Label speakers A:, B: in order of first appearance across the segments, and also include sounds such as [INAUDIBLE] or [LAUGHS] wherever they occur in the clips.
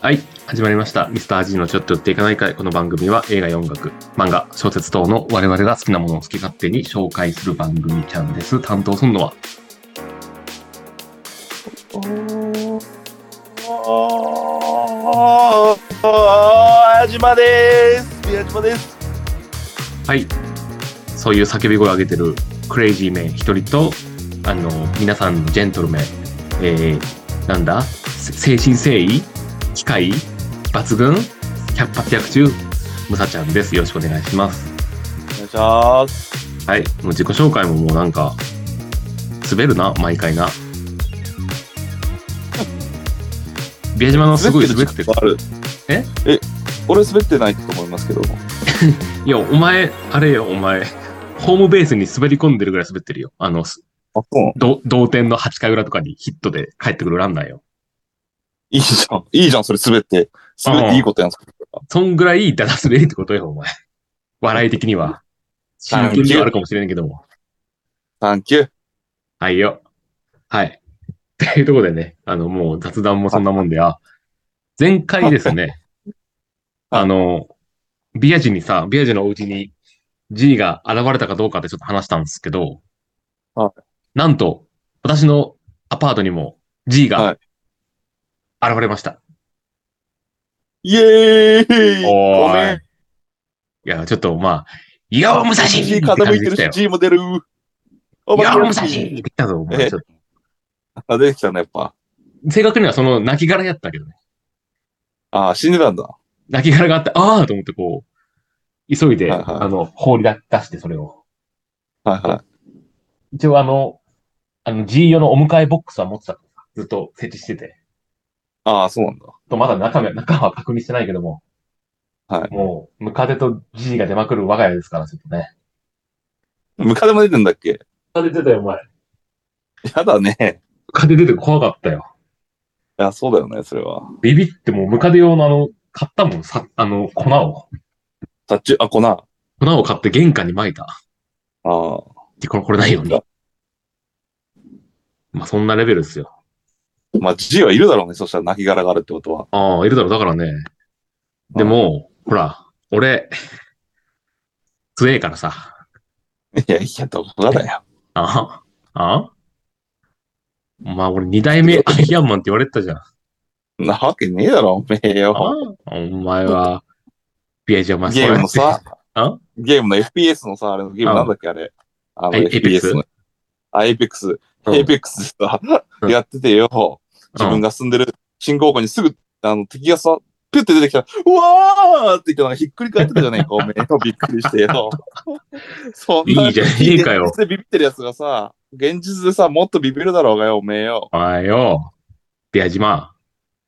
A: はい始まりました「ミスター g のちょっと寄っていかないかい」この番組は映画や音楽漫画小説等の我々が好きなものを好き勝手に紹介する番組ちゃんです担当するのは
B: おー
C: おーあじまです。宮島です。
A: はいそういう叫び声を上げてるクレイジーメン一人とあの皆さんのジェントルメンえー、なんだせ誠心誠意機械抜群百発百中ムサちゃんですよろしくお願いします
C: お願いします。
A: はい、もう自己紹介ももうなんか、滑るな、毎回な。 [LAUGHS] 宮島のすごい滑ってる。
C: ある。
A: え
C: え、俺滑ってないと思いますけど。
A: いや、お前、あれよ、お前、ホームベースに滑り込んでるぐらい滑ってるよ。あの、す
C: あ、そう。
A: ど同点の8回裏とかにヒットで帰ってくるランナーよ。
C: いいじゃん。いいじゃん、それ滑って。滑っていいことやん。
A: そんぐらいだだ滑りってことよ、お前。笑い的 [LAUGHS] には。真剣ではあるかもしれんけども。
C: サンキュー。
A: はいよ。はい。 [LAUGHS] っていうところでね、あの、もう雑談もそんなもんで、あ、前回です
C: [LAUGHS]
A: ね、あの、ビアジにさ、ビアジのお家に G が現れたかどうかってちょっと話したんですけど、
C: は
A: なんと、私のアパートにも G
C: は
A: が
C: い
A: 現れました。
C: イエーイ
A: お
C: ごめ
A: ーい
C: ん。。
A: いや、ちょっとまあ、いや、武蔵って
C: G
A: 感
C: 傾
A: じ
C: いて
A: で
C: る
A: した
C: し、
A: よ。
C: G も出る。お
A: いや、武蔵
C: 化
A: っ
C: け屋
A: て
C: 敷
A: 来たぞ、お前。
C: え
A: ちょっと
C: あ、出てきたね、やっぱ。
A: 正確にはその亡骸やったけどね。
C: あ、死んでたんだ。
A: 泣き殻があって、ああと思ってこう、急いで、
C: はいはい
A: あの、放り出して、それを。
C: はいはい。
A: 一応あの、あの G 用のお迎えボックスは持ってたからずっと設置してて。
C: ああ、そうなんだ。
A: と、まだ中身、中は確認してないけども。
C: はい
A: もう、ムカデと G が出まくる我が家ですから、ちょっとね。
C: ムカデも出てんだっけ
A: ムカデ出たよ、お前。ム
C: やだね。い
A: カデ出て怖かったよ。
C: や、そうだよね、それは。
A: ビビってもうムカデ用のあの、買ったもん、さ、あの、粉を。
C: タッチ、あ、粉。あ
A: 粉を買って玄関に撒いた。
C: あ。
A: で、これ、これないように。まあ、そんなレベルですよ。
C: まあ、G はいるだろうね。そしたら、亡きががあるってことは。
A: ああ、いるだろう、だからね。でも、ほら、俺、強えからさ。
C: うん、いや、いや、どこがだよ。
A: ああまあ、俺、二代目アイアンマンって言われてたじゃん。
C: なわけねえだろ、おめえよ。
A: お前は、ビアジャマ
C: ゲームのさ、
A: あ
C: ゲームの FPS のさ、あれのゲームなんだっけ、あれ。あの、
A: え
C: FPS の。あ、APEX。APEX でさ、
A: うん
C: やっててよ。自分
A: が。
C: が住んでる信号庫にすぐ、あの、敵がさ、ピュって出てきたら、うわーって言ってなんかひっくり返ってたじ
A: [LAUGHS]
C: ゃねえか、おめえよ。びっくりしてよ。そんな。
A: いいじゃねえかよ
C: 現実でビビってるやつがさ、現実でさ、もっとビビるだろうがよ、おめえよ。
A: お前よ、ビアジマ、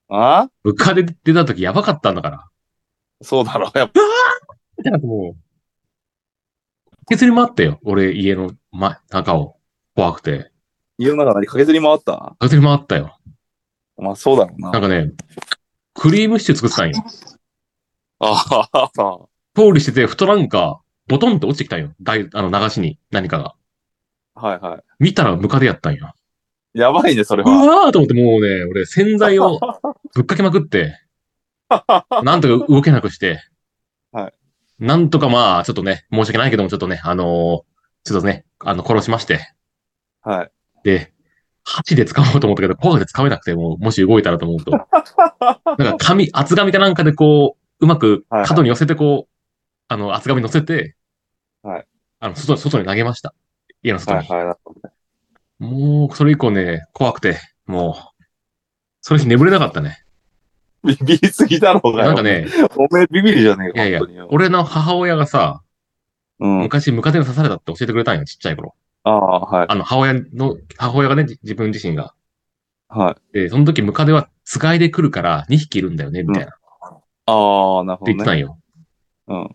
C: あ
A: 浮かで出た時やばかったんだから。
C: そうだろう、やっ
A: だからもう、削り回ったよ。俺、家の、ま、中を。怖くて。
C: 家の中何駆けずり回った
A: 削り回ったよ。
C: まあそうだろうな。
A: なんかね、クリームシチュー作ってたんよ。
C: ああ、さ
A: 調理してて、ふとなんか、ボトンって落ちてきたんよ。大、あの、流しに、何かが。
C: あ。はいは
A: 見たらムカデやったんよ。
C: い。やばいね、それ
A: う
C: は。
A: わーと思って、もうね、俺、洗剤をぶっかけまくって、なんとか動けなくして、
C: はい。
A: なんとかまあ、ちょっとね、申し訳ないけども、ちょっとね、あのーちょっとね、あの、殺しまして、
C: [LAUGHS] はい。
A: で、箸で掴もうと思ったけど、怖くて掴めなくて、もう、もし動いたらと思
C: [LAUGHS]
A: うと、なんか紙、厚紙かなんかでこう、うまく
C: はいはい
A: 角に寄せてこう、あの、厚紙乗せて、
C: はい。
A: あの、外、外に投げました。家の外に。
C: はいはい。
A: もう、それ以降ね、怖くて、もう、その日眠れなかった
C: [LAUGHS]
A: ね。
C: ビビりすぎだろうがよ。
A: なんかね、
C: おめえビビりじゃねえ
A: い
C: か、
A: やいや
C: 本当によ、
A: 俺の母親がさ、
C: うん。
A: 昔ムカデに刺されたって教えてくれたんよ、ちっちゃい頃。
C: ああ、はい。
A: あの、母親の、母親がね、じ自分自身が。
C: はい。
A: で、その時ムカデはつがいで来るから2匹いるんだよね、みたいな。っ
C: ああ、なるほ
A: て言
C: ど
A: ってた
C: ね。
A: んよ。
C: うん。
A: も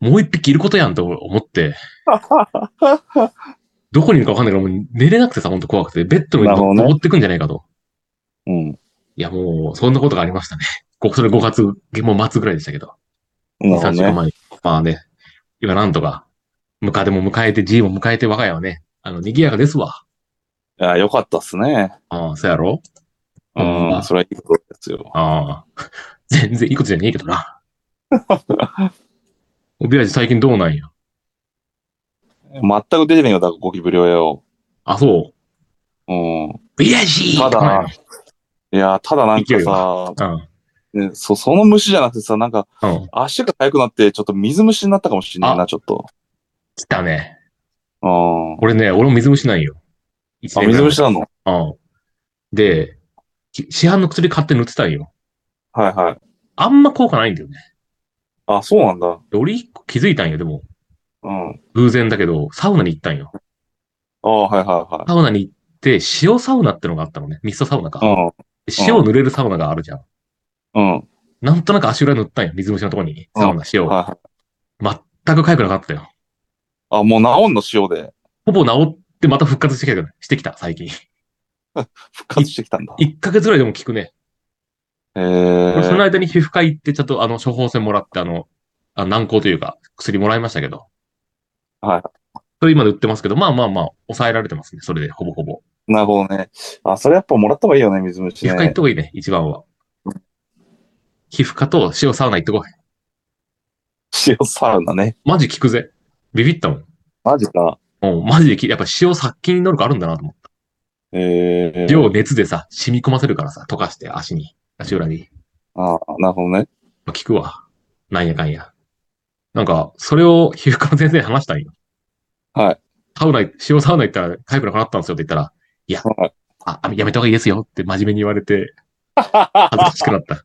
A: う1匹いることやんと思って、どこにいるかわかんないから、もう寝れなくてさ、ほんと怖くて、ベッドの上
C: なるほど
A: に
C: ね
A: 登ってくんじゃないかと。
C: うん。
A: いや、もう、そんなことがありましたね。ごそれ5月、もう末ぐらいでしたけど。
C: なるほど
A: 3時間
C: ね。
A: 前に。まあね、今なんとか、ムカデも迎えて、G も迎えて、我が家はね、あの、賑やかですわ。
C: いや、よかったっすね。
A: ああ、そうやろ
C: う
A: ほんま
C: ん、それはいいことですよ。
A: ああ。全然いいことじゃねえけど
C: [LAUGHS]
A: な。おびらじ最近どうなんや
C: 全く出てねえよ、だからゴキブリはよ。
A: あ、そう。
C: うん。
A: ビラジー
C: ただ、いや、ただなん
A: 勢
C: か
A: い
C: さ、
A: うん。
C: ねそ、その虫じゃなくてさ、なんか
A: うん。
C: 足が痒くなって、ちょっと水虫になったかもしれないな、ちょっと。
A: 来たね。
C: うん。
A: 俺ね、俺も水虫なんよ。一
C: あ、
A: 年ぐら
C: 水
A: い
C: 虫なの
A: うん。で、き市販の薬買って塗ってたんよ。
C: はいはい。
A: あんま効果ないんだよね。
C: あ、そうなんだ。
A: で俺一個気づいたんよ、でも。
C: うん。
A: 偶然だけど、サウナに行ったんよ。
C: あはいは
A: サウナに行って、塩サウナってのがあったのね。ミストサウナか。
C: いは
A: で塩を塗れるサウナがあるじゃん。
C: い。うん。うん。
A: なんとなく足裏塗ったんよ。水虫のとこに。
C: うん
A: サウナ、塩。
C: はいはい。
A: 全く痒くなかったよ。
C: あ、もう治んの塩で
A: ほぼ治ってまた復活してきたけどねしてきた、最近。
C: 復活してきたんだ。
A: 1ヶ月ぐらいでも効くね。
C: へ
A: 俺その
C: ー。
A: 間に皮膚科行って、ちゃんとあの、処方箋もらって、あの、あ軟膏というか、薬もらいましたけど。
C: はい。
A: それ今塗ってますけど、まあまあまあ、抑えられてますね。それで、ほぼほぼ。
C: なるほどね。あ、それやっぱもらった方がいいよね、水虫
A: 皮膚科行っ
C: ね。
A: た方がいいね、一番は。皮膚科と塩サウナ行ってこい。
C: 塩サウナね。
A: マジ効くぜ。ビビったもん。
C: マジか。
A: うん、マジでき、やっぱ塩殺菌能力あるんだなと思っ
C: ええ
A: た。量を熱でさ、染み込ませるからさ、溶かして足に、足裏に。
C: ああ、なるほどね。
A: まあ、効くわ。なんやかんや。なんか、それを皮膚科の先生に話したんよ。
C: はい。
A: サウナ、塩サウナ行ったら、痒くなくなったんですよって言ったら、
C: はい
A: あ、あやめた方がいいですよって真面目に言われて、恥ずかしくなった。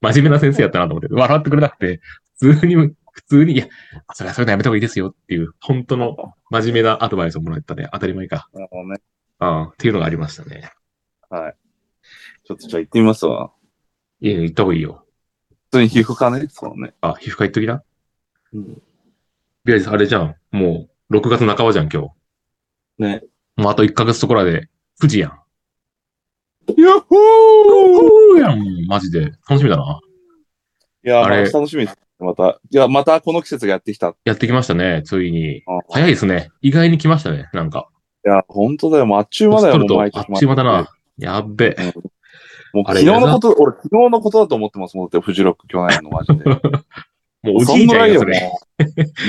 A: 真面目な先生やったなと思って、笑ってくれなくて、普通に、普通に、いや、それはそれでやめた方がいいですよっていう、本当の真面目なアドバイスをもらったね。当たり前か。
C: なるほどね。
A: うん、っていうのがありましたね。
C: ちょっとじゃあ行ってみますわ。
A: いや、行った方がいいよ。
C: 普通に皮膚科ね。そうね。
A: あ、皮膚科行っときな。
C: うん。
A: ビアジさん、あれじゃん。もう、6月半ばじゃん、今日。
C: ね。
A: もうあと1ヶ月ところで、富士やん。
C: やっほ
A: お
C: ー
A: ーやん、マジで。楽しみだな。
C: いや、
A: あれ
C: また楽しみです。また。いや、またこの季節がやってきた。
A: やってきましたね、ついに。
C: あ
A: 早いですね。意外に来ましたね、なんか。
C: いや、本当だよ。もうあっちゅう
A: 年
C: 間だよ、
A: 取
C: も
A: ると、
C: う
A: あっ
C: 毎年。
A: ちゅう間だな。。やっべ。
C: もう
A: あ
C: 昨
A: れ
C: 日のこと、俺昨日のことだと思ってますもん。だってフジロック去年のマジで。
A: もう [LAUGHS] おじいちゃんや、
C: そ
A: そ
C: んぐら
A: れ。
C: いよ、も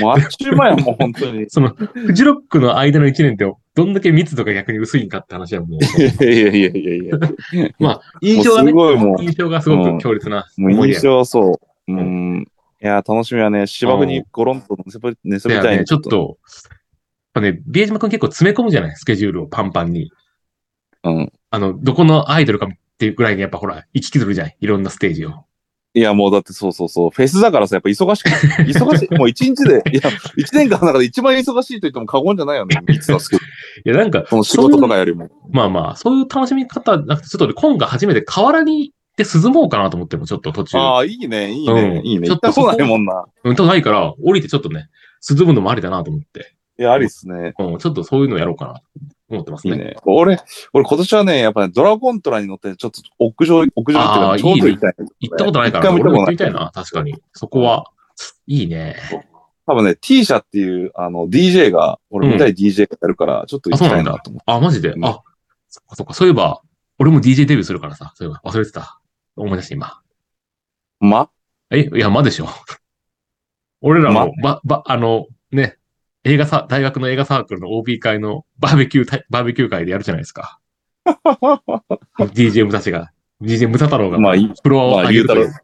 C: う。もうあっちゅう間や、もう
A: [LAUGHS]
C: 本当に。
A: その、フジロックの間の1年って、どんだけ密度が逆に薄いんかって話は
C: [LAUGHS]
A: も
C: いやいやいやいやいや。
A: う。まあ、印象がね
C: も、うすごいもう
A: 印象がすごく強烈な
C: も
A: 思
C: う
A: い
C: 印
A: 出。
C: 象そう。うん。いや、楽しみはね、芝生にゴロンと寝そべ寝そべ
A: だ
C: り
A: よ
C: たい
A: ね、ちょっ。と、やっぱね、ビエジマ君結構詰め込むじゃないスケジュールをパンパンに。
C: うん。
A: あの、どこのアイドルかっていうぐらいにやっぱほら、行き来するじゃん。いろんなステージを。
C: いや、もうだってそうそうそう。フェスだからさ、やっぱ忙しく、
A: [LAUGHS]
C: 忙しい。もう一日で、いや、一年間の中で一番忙しいと言っても過言じゃないよね。三つのスケジュー
A: [LAUGHS]
C: ル
A: いや、なんか、
C: その仕事とかよりも。
A: まあまあ、そういう楽しみ方なくて、ちょっと俺今回初めて河原に行って涼もうかなと思っても、ちょっと途中。
C: ああ、いいね、いいね、
A: うん
C: いいね。
A: ちょ
C: 行
A: っ
C: っ
A: と
C: た
A: そ
C: こ
A: こと
C: ないもんな。
A: うん、とないから、降りてちょっとね、涼むのもありだなと思って。
C: いや、ありっすね。
A: うん、ちょっとそういうのやろうかなと思ってます
C: いい
A: ね。
C: ね。俺、俺今年はね、やっぱね、ドラゴントラに乗って、ちょっと屋上、屋上っていう
A: あー
C: か、ちょうど行きたい。
A: 行ったことないから、
C: 一回
A: 俺
C: も
A: も行
C: 行ったこ
A: って
C: とない
A: みたいな、確かに。そこは、いいね。
C: 多分ね、T 社っていう、あの、DJ が、俺見たい DJ がやるから、ちょっと行きたいなと思って。
A: あ、マジで。あ、そっかそっか。そういえば、俺も DJ デビューするからさ、そういえば、忘れてた。思い出して今。
C: ま
A: え、いや、までしょ。 [LAUGHS] 俺らも
C: ま、
A: ば、ば、あの、ね、映画さ、大学の映画サークルの OB 会のバーベキュー大、バーベキュー会でやるじゃないです
C: [LAUGHS]
A: か。DJ ムタ氏が、DJ ムタ太郎が、
C: まあいい
A: フロアを
C: まあ、
A: 上げ
C: 言う
A: る
C: た
A: とい
C: ら
A: う、、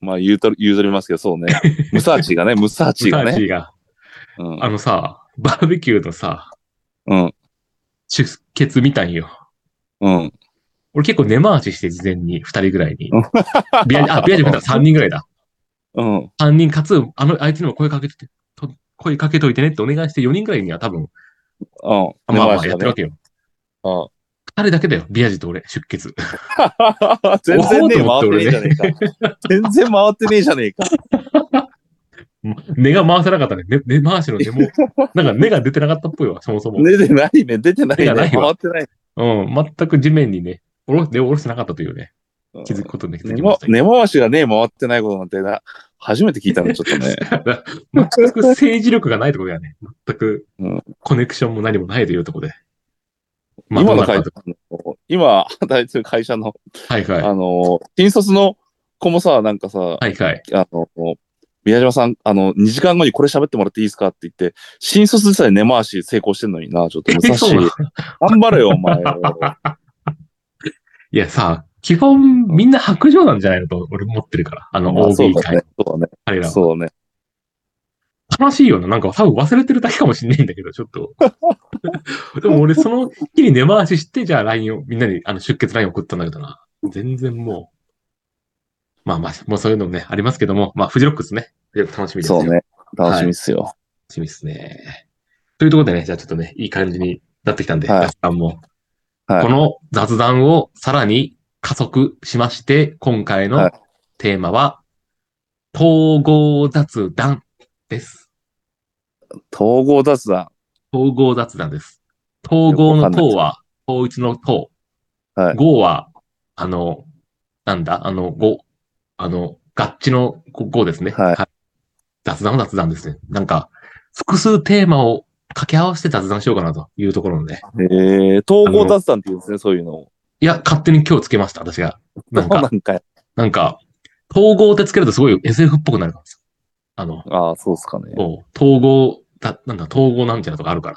C: まあ、言うたら、言うとりますけ
A: [LAUGHS]
C: ど、そうね。ムサーチがね、ムサーチ
A: ムタ
C: がね。
A: 氏が、
C: うん
A: あのさ、バーベキューのさ、
C: うん。
A: 出血見たんよ。
C: うん。
A: 俺結構根回しして事前に、二人ぐらいに。ビアジ、あ、ビアジムタ三人ぐらいだ。
C: うん。
A: 3人かつ、あの、あいつにも声かけて、と声かけといてねってお願いして、4人ぐらいには多分、
C: うん。
A: まあまあ
C: 根回し
A: や
C: が
A: ってる
C: ね
A: わけよ。
C: うん
A: 2人だけだよ、ビアジと俺、出血。
C: 全然ね、
A: おおと
C: 回って
A: 思
C: ね
A: っ
C: えじ
A: て
C: ゃねえか。全然回ってねえじゃねえか。
A: 根が回せなかったね。根根回しの根
C: [LAUGHS]
A: も、なんか根が出てなかったっぽいわ、そもそも。
C: 出てないね、出てない
A: 出て
C: ね。
A: ない
C: 回
A: わ
C: ってない。
A: うん、全く地面にね、おろ、根を下ろしてなかったというね。気づくことでき
C: 根
A: ま
C: も
A: したけど
C: 根回しがね、回ってないことなんてな、初めて聞いたの、ちょっとね。
A: 全く政治力がないところだよね。全く
C: うん
A: コネクションも何もないというところで。 [LAUGHS] まあ、
C: 今の
A: どうな
C: 会
A: るか
C: 社の、今働いてる会社の、
A: とはいはい。
C: あの、新卒の子もさ、なんかさ、
A: はいはい。
C: あの、宮島さん、あの、2時間後にこれ喋ってもらっていいですかって言って、新卒でさえ根回し成功してんのにな、ちょっと
A: え
C: 難し
A: [LAUGHS] そう
C: い
A: なの。
C: 頑張れよ、
A: [LAUGHS]
C: お前。
A: いやさ、基本みんな白状なんじゃないのと俺思ってるから。あの
C: まあそう
A: OB
C: だ
A: 会、
C: ね。そうだ
A: 彼ら
C: ね。
A: は。
C: そうだね。
A: 悲しいよな。なんか多分忘れてるだけかもしんないんだけど、ちょっ
C: [LAUGHS]
A: と。でも俺その日に根回しして、じゃあ LINE を、みんなにあの出血 LINE 送ったんだけどな。全然もう。まあまあ、もうそういうのもね、ありますけども。まあ、フジロックですね。フジロック楽しみですよ。
C: そうね。楽しみっすよ。
A: 楽しみですね。というところでね、じゃあちょっとね、いい感じになってきたんで、
C: はい
A: 皆さんも、
C: はい
A: この雑談をさらに加速しまして、今回
C: は
A: の
C: い
A: テーマは、統合雑談です。
C: 統合雑談。
A: 統合雑談です。統合の統は、統一の統。
C: はい
A: 合は、あの、なんだあの、合。あの、合致の合ですね。
C: はい
A: 雑談は雑談ですね。なんか、複数テーマを掛け合わせて雑談しようかなというところのね。
C: えー、統合雑談って言うんですね、そういうのを。
A: いや、勝手に今日つけました、私が。なん
C: そう
A: か、
C: なんかや。
A: なんか、統合ってつけるとすごい SF っぽくなるからさ。あの、
C: ああ、そうっすかね。
A: こう統合、だ、なんだ、統合なんちゃらとかあるか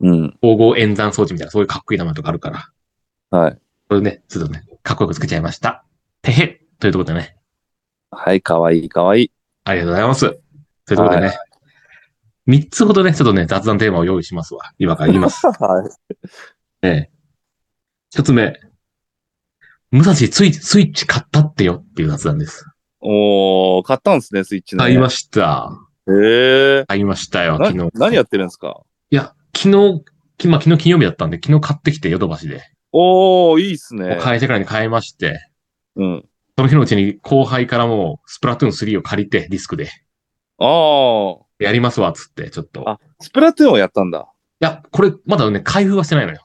A: ら。
C: うん。
A: 統合演算装置みたいな、そういうかっこいい名前とかあるから。
C: はい。
A: これね、ちょっとね、かっこよくつけちゃいました。てへっというところでね、
C: はい、かわいい、かわいい。
A: ありがとうございます。というところでね、三3つほどね、ちょっとね、雑談テーマを用意しますわ。今から言います。
C: はい。
A: ええ。一つ目、武蔵スイッチ、スイッチ買ったってよっていう雑談です。
C: おー、買ったんですね、スイッチね。
A: 買いました。
C: えー。
A: 買いましたよ、
C: な
A: 昨日。
C: 何
A: い
C: やってるんですか
A: や、昨日、きまあ昨日金曜日だったんで、昨日買ってきて、ヨドバシで。
C: おー、いいっす
A: もう
C: ね。
A: 会社からに買いまして、
C: うん。
A: その日のうちに後輩からもう、スプラトゥーン3を借りて、ディスクで、
C: あー。
A: やりますわ、つって、ちょっと。
C: あ、スプラトゥーンをやったんだ。
A: いや、これ、まだね、開封はしてないのよ。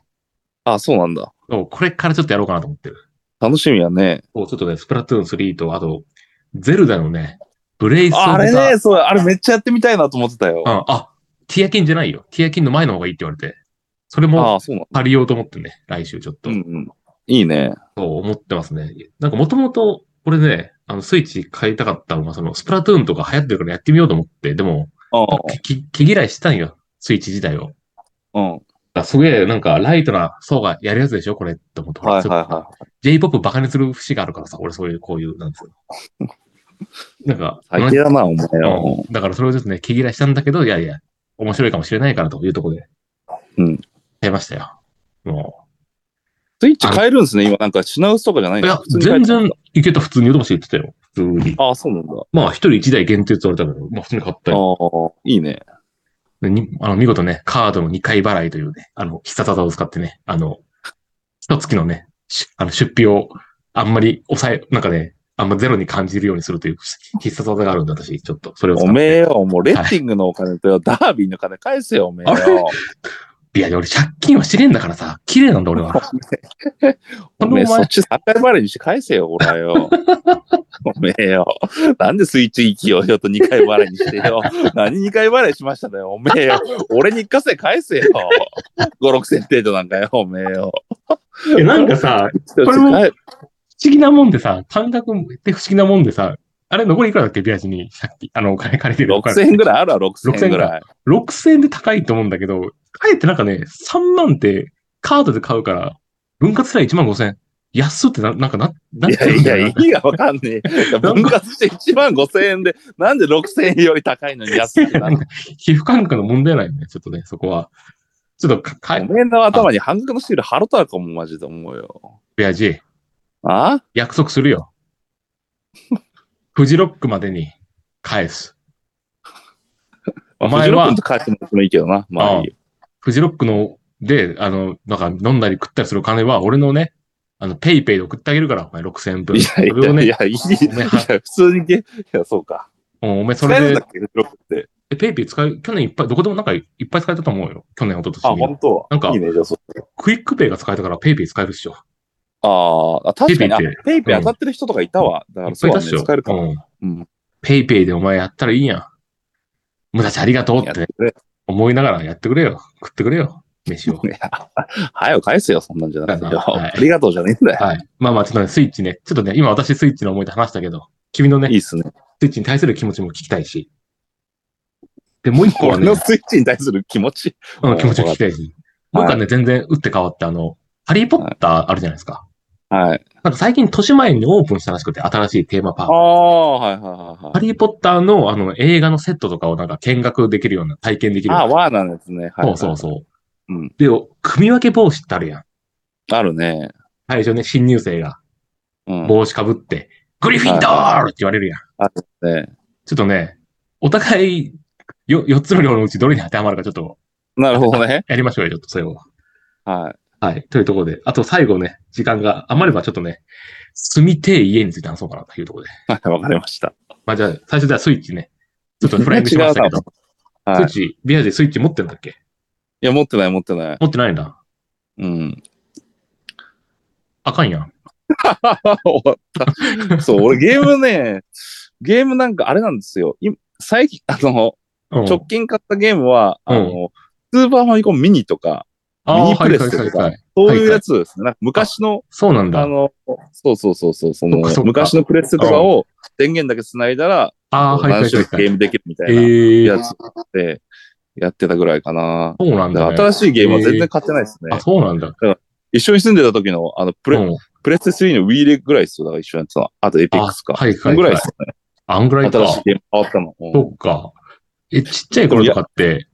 C: あ、そうなんだ。
A: そうこれからちょっとやろうかなと思ってる。
C: 楽しみやね。
A: そうちょっとね、スプラトゥーン3と、あと、ゼルダのね、ブレイス・オブ・ザ
C: ああれね、そう、あれめっちゃやってみたいなと思ってたよ
A: う。ん、あ、ティアキンじゃないよ。ティアキンの前の方がいいって言われて。それ
C: あ
A: も
C: あ、そうなんだ。
A: 借りようと思ってね、来週ちょっと。
C: うんうん。いいね。
A: そう思ってますね。なんかもともと、俺ね、あの、スイッチ買いたかったのが、その、スプラトゥーンとか流行ってるからやってみようと思って、でも、
C: あ
A: きき毛嫌いしてたんよ、スイッチ自体を。
C: あ、うん。
A: あすげえ、なんか、ライトな層がやるやつでしょ、これって思って。。
C: はいはいはい
A: J-POP バカにする節があるからさ、俺そういう、こういう、なんですか。なんか、
C: い。最低だな、お前
A: う
C: は。
A: んだからそれをちょっとね、毛嫌いしたんだけど、いやいや、面白いかもしれないからというところで。
C: うん。
A: 買いましたよ。も
C: スイッチ変えるんですね、今。なんか品薄とかじゃない。
A: うんいや
C: 普、通に買え
A: 全然いけた、普通にヨドバシ行ってたよ。普通に。
C: ああ、そうなんだ。あ
A: まあ、一人一台限定って言われたけど、まあ、普通に買ったよ。
C: あ、いいね。
A: でにあの、見事ね、カードの2回払いというね、あの、必殺技を使ってね、あの、一月のね、しあの、出費をあんまり抑え、なんかね、あんまゼロに感じるようにするという必殺技があるんで、私、ちょっと、それを使
C: お
A: って。
C: めえよ、もうレッティングのお金とよダービーの金返せよ、おめえ
A: あれ
C: よ。
A: いや、いや俺、借金はしてねえんだからさ、綺麗なんだ、俺
C: [LAUGHS]
A: は。
C: おめえ、そっち3回払いにして返せよ、ほ
A: [LAUGHS]
C: らよ。おめえよ。なんでスイッチ行きよ、ちょっと2回払いにしてよ。何2回払いしましたね、おめえよ。俺に一過性返せよ。5、6千程度なんかよ、おめえよ。
A: いやなんかさ、れも
C: はい
A: 不思議なもんでさ、感覚って不思議なもんでさ、あれ残りいくらだっけビアジに、さっき、あの、お金借りてるお金。
C: 6000円ぐらいあるわ、6000円ぐらい。
A: 6000円で高いと思うんだけど、あえてなんかね、3万ってカードで買うから、分割すら1万5000円。安ってな、なんかな、なっ
C: い
A: ちゃ
C: や
A: うん
C: い
A: だ
C: や、
A: よな
C: 意味がわかんねえ。分割して1万5000円で、なんで6000円より高いのに安くな
A: なん [LAUGHS]
C: る
A: か皮膚感覚の問題なんよね、ちょっとね、そこは。ちょっとか、か
C: お、めえの頭に半額のシール貼ろたらかも、マジで思うよ。
A: ビアジ、
C: あ
A: 約束するよ。フジロックまでに返す。お
C: お
A: 前
C: 前
A: は
C: は。君と帰ってもらってもいいけどな。まあいいよ。
A: フジロックの、で、あの、なんか飲んだり食ったりする金は、俺のね、あの、ペイペイで送ってあげるから、お前6000円分。
C: い
A: そ
C: やい
A: れを
C: や、い
A: ね、
C: や、いい。い
A: お前
C: や、普通にげ、いや、そうか。
A: もうお前そ
C: 使える
A: れ
C: ん
A: で
C: だっ、けフジロックって。
A: えペイペイ使い、去年いっぱい、どこでもなんかいっぱい使えたと思うよ。去年、一昨
C: あ、
A: 年に
C: 本当
A: なんか
C: いいね、じゃあそう。
A: クイックペイが使えたからペイペイ使えるっしょ。
C: あーあ、確かに、あ
A: ペイペイって
C: ペイペイ当たってる人とかいたわ。だからそうだね、
A: いっ
C: 使
A: ぱ
C: え
A: い出
C: る
A: す
C: か
A: よ
C: も。
A: うん
C: うん。
A: ペイペイでお前やったらいいやん。無駄ちありがとうっ
C: やって
A: て
C: くれ
A: 思いながらやってくれよ。食ってくれよ。飯を。
C: [LAUGHS] いや、早く返せよ、そんなんじゃなくてよ。
A: はい
C: ありがとうじゃねえんだよ。
A: はい。まあまあ、ちょっとね、スイッチね。ちょっとね、今私スイッチの思いで話したけど、君のね
C: い、いっすね。
A: スイッチに対する気持ちも聞きたいし。で、もう一個はね
C: 俺の、スイッチに対する気持ち。
A: うん、気持ちを聞きたいし。
C: はい
A: 僕はね、全然打って変わって、あの、ハリーポッターあるじゃないですか。
C: はい。
A: なんか最近、豊島園にオープンしたらしくて、新しいテーマパー
C: あ
A: ク。
C: あ、はいはいはい
A: ハ
C: はい。
A: リーポッターのあの映画のセットとかをなんか見学できるような、体験できるよう
C: あ
A: な
C: あ、ワーナーのやつね。はい
A: そうそうそう。
C: うん
A: で、組み分け帽子ってあるやん。
C: あるね。
A: 最初ね、新入生が
C: うん。
A: 帽子かぶって、グリフィンドールって言われるやん。
C: ね
A: ちょっとね、お互いよ、4つの量のうちどれに当てはまるかちょっと
C: なるほどね。
A: やりましょうよ、ちょっとそれを。
C: はい。
A: はい。というところで、あと最後ね、時間が余ればちょっとね、住みてえ家について話そうかなというところで。
C: はい、わかりました。
A: まあじゃあ、最初ではスイッチね。ちょっとフライングしましたけど。
C: な
A: スイ
C: はい
A: ッチ、ビアでスイッチ持ってんだっけ
C: いや、持ってない、持ってない。
A: 持ってないんだ。
C: うん。
A: あかんやん。
C: [LAUGHS] 終わった。そう、俺ゲームね、ゲームなんかあれなんですよ。今最近、 [LAUGHS] あの、
A: うん
C: 直近買ったゲームは、あの、スーパーファミコンミニとか、
A: あ
C: ミ
A: ー
C: ニプレスとか
A: はいはいはいはい。
C: そういうやつですね。なんか昔の、
A: そうなんだ。
C: あの、そうそうそうそう、そ
A: そっ
C: の
A: かそっか
C: 昔のプレステとかを電源だけ繋いだら、
A: ああー、はいはい
C: 何
A: はい
C: 種類
A: は
C: か
A: い。
C: ゲームできるみたいな
A: ええ
C: やつでやってたぐらいかな。
A: そうなん
C: だか
A: だ、
C: ら
A: ね。
C: 新しいゲームは全然買ってないですね
A: あ、。そうなんだ。
C: 一緒に住んでた時の、あの、プレ、
A: うん
C: プレステ3の Wii レぐらいですよ。だから一緒にやってたの。あとエピックスか。
A: あはいはいはい
C: ぐらいですよね。
A: あんぐらいか
C: 新。しいゲーム変わったの。
A: そっか。え、ちっちゃい頃とかって、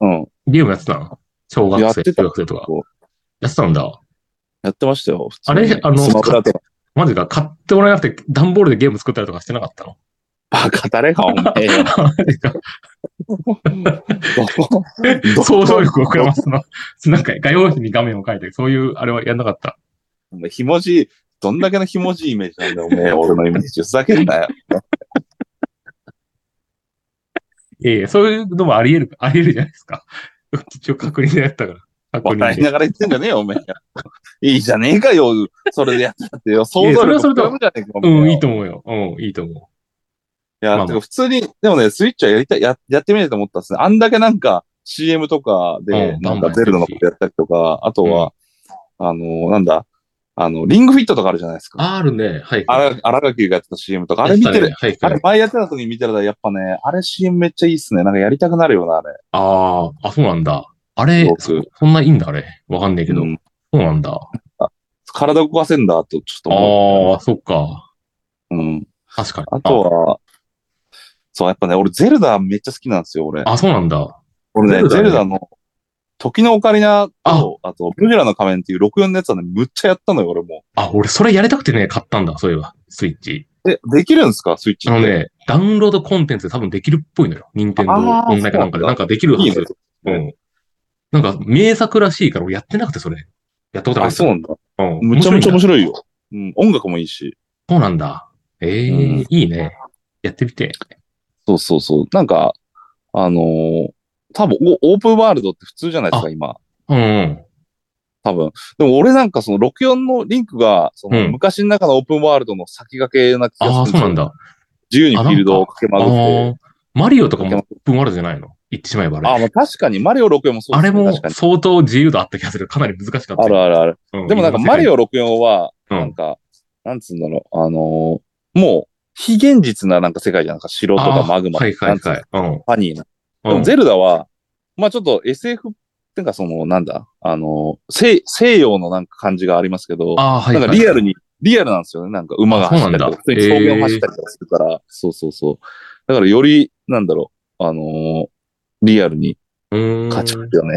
C: うん。うん
A: ゲームやってたの小学
C: やっ
A: 生、
C: てた
A: 中学生とか
C: そう。
A: やってたんだ。
C: やってましたよ。普通
A: あ
C: に
A: れあの
C: スマブラとか。
A: マジか、買ってもらえなくて、段ボールでゲーム作ったりとかしてなかった
C: [LAUGHS]
A: の
C: バカ誰か、お前よ。
A: マジか [LAUGHS]
C: ど
A: 想像力を膨らますの。なんか、画用紙に画面を書いて、そういう、あれはやんなかった。
C: お前ひもじい、どんだけのひもじいイメージなんだよ、おめえ、俺のイメージ。ふざ
A: [LAUGHS]
C: けんなよ。
A: ええそういうのもあり得る、あり得るじゃないですか。 [LAUGHS] 一応確認でやったから。確認
C: 笑い
A: で。
C: ながら言ってんじゃねえよ、おめえ。いいじゃねえかよ、それでや
A: [LAUGHS]
C: ったってよ。想像力膨らむじゃねえか、お
A: う
C: めえよ
A: ん、いいと思うよ。うん、いいと思
C: いや、
A: まあまあ
C: てか普通に、でもね、スイッチはやりたい、や、やってみたいと思ったんですね。あんだけなんか CM とかで、
A: うん
C: なんかゼルダのことやったりとか、あとは、あの、なんだ、あの、リングフィットとかあるじゃないです
A: う。
C: か。
A: あるね。はい。
C: あら、荒垣がやってた CM とか、あれ見てる。
A: はい。
C: あれ前やってた時に見てたら、やっぱね、あれ CM めっちゃいいっすね。なんかやりたくなるよな、あれ。
A: ああ、あ、そうなんだ。あれ、
C: 僕
A: そそんないいんだ、あれ。わかんないけど。
C: うん
A: そうなんだ。
C: 体動かせんだ、と、ちょっと思う。
A: ああ、そっか。
C: うん。
A: 確かに。
C: あとは、そう、やっぱね、俺ゼルダめっちゃ好きなんですよ、俺。
A: あ、あそうなんだ。
C: 俺ね、
A: ゼルダね
C: ゼルダの、時のオカリナと、あと、ブジュラの仮面っていう64のやつはね、むっちゃやったのよ、俺も。
A: あ、俺、それやりたくてね、買ったんだ、そういえば、スイッチ。
C: え、できるんですかスイッチ
A: あ
C: って。
A: のね、ダウンロードコンテンツで多分できるっぽいのよ。任天堂
C: あー
A: オンラインかなんかで。
C: そ
A: な
C: うなんんだ
A: かできるはい
C: い
A: ず
C: ね。。
A: うん。なんか、名作らしいから、俺やってなくて、それ。やったことない
C: あ、そう
A: う。
C: なんだ。
A: うん。
C: むちゃむ
A: い
C: ちゃ面
A: んだ。
C: 白いよ。うん、音楽もいいし。
A: そうなんだ。ええ
C: うん
A: いいね。やってみて。
C: そうそうそう。なんか、あのー多分おオープンワールドって普通じゃないですか、今。
A: うんうん。
C: 多分。でも俺なんかその64のリンクが、そ
A: うん
C: の昔の中のオープンワールドの先駆けな気がする
A: ああ、
C: です
A: そ
C: よ
A: うなんだ。
C: 自由にフィールドを駆け
A: あ
C: 巡って。
A: ーマリオとかもオープンワールドじゃないの言ってしまえばあれ。
C: ああ、まあ確かに、マリオ64もそう
A: あ
C: で
A: れ
C: すね。
A: も
C: 確かに。
A: 相当自由度あった気がする。かなり難しかった。
C: あるあるある。
A: うん
C: でもなんかマリ
A: オ、
C: オ64は、
A: うん
C: なんか、なんつうんだろう、あのーもう、非現実ななんか世界じゃんなんか城と
A: あ
C: か
A: ー
C: マグマとか、
A: はいは
C: ないんつう
A: は
C: の
A: い。うん
C: ファニーな。
A: う
C: でも
A: ん。
C: ゼルダは、まあちょっと SF ってかその、なんだ、あのー西、西洋のなんか感じがありますけど、
A: ああ、はい、はい。
C: なんかリアルに、リアルなんですよね。なんか馬が走ったりとか、
A: あそうなん
C: 普
A: だ
C: 通に草原を走ったりとかするから、そうそうそう。だからより、なんだろう、あのーリアルに
A: ル
C: 勝ちゃったよね。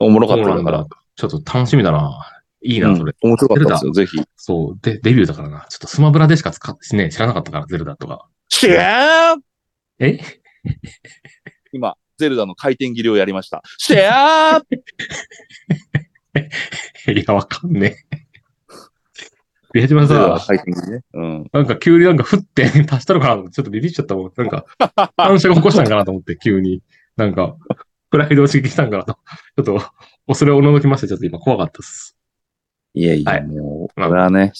C: おもろかったよだから。
A: ちょっと楽しみだな。いい
C: うん
A: な、それ。
C: 面白かったんですよ、ぜひ。
A: そう。で、デビューだからな。ちょっとスマブラでしか使ってね、知らなかったから、ゼルダとか。
C: シェー
A: え
C: [LAUGHS] 今、ゼルダの回転切りをやり
A: [LAUGHS]
C: ました。シェア
A: [LAUGHS]
C: ー
A: いや、わかんねえ。宮島さ、
C: 回転切りね。うん。
A: なんか急になんか降って足したのかなと思ってちょっとビビっちゃったもん。なんか、反射が起こしたんかなと思って、急に。なんか、プライドを刺激したんかなと。ちょっと、恐れをおののきまして、ちょっと今怖かったです。 [LAUGHS]
C: いやいや、
A: はい
C: も
A: まあ
C: これはね、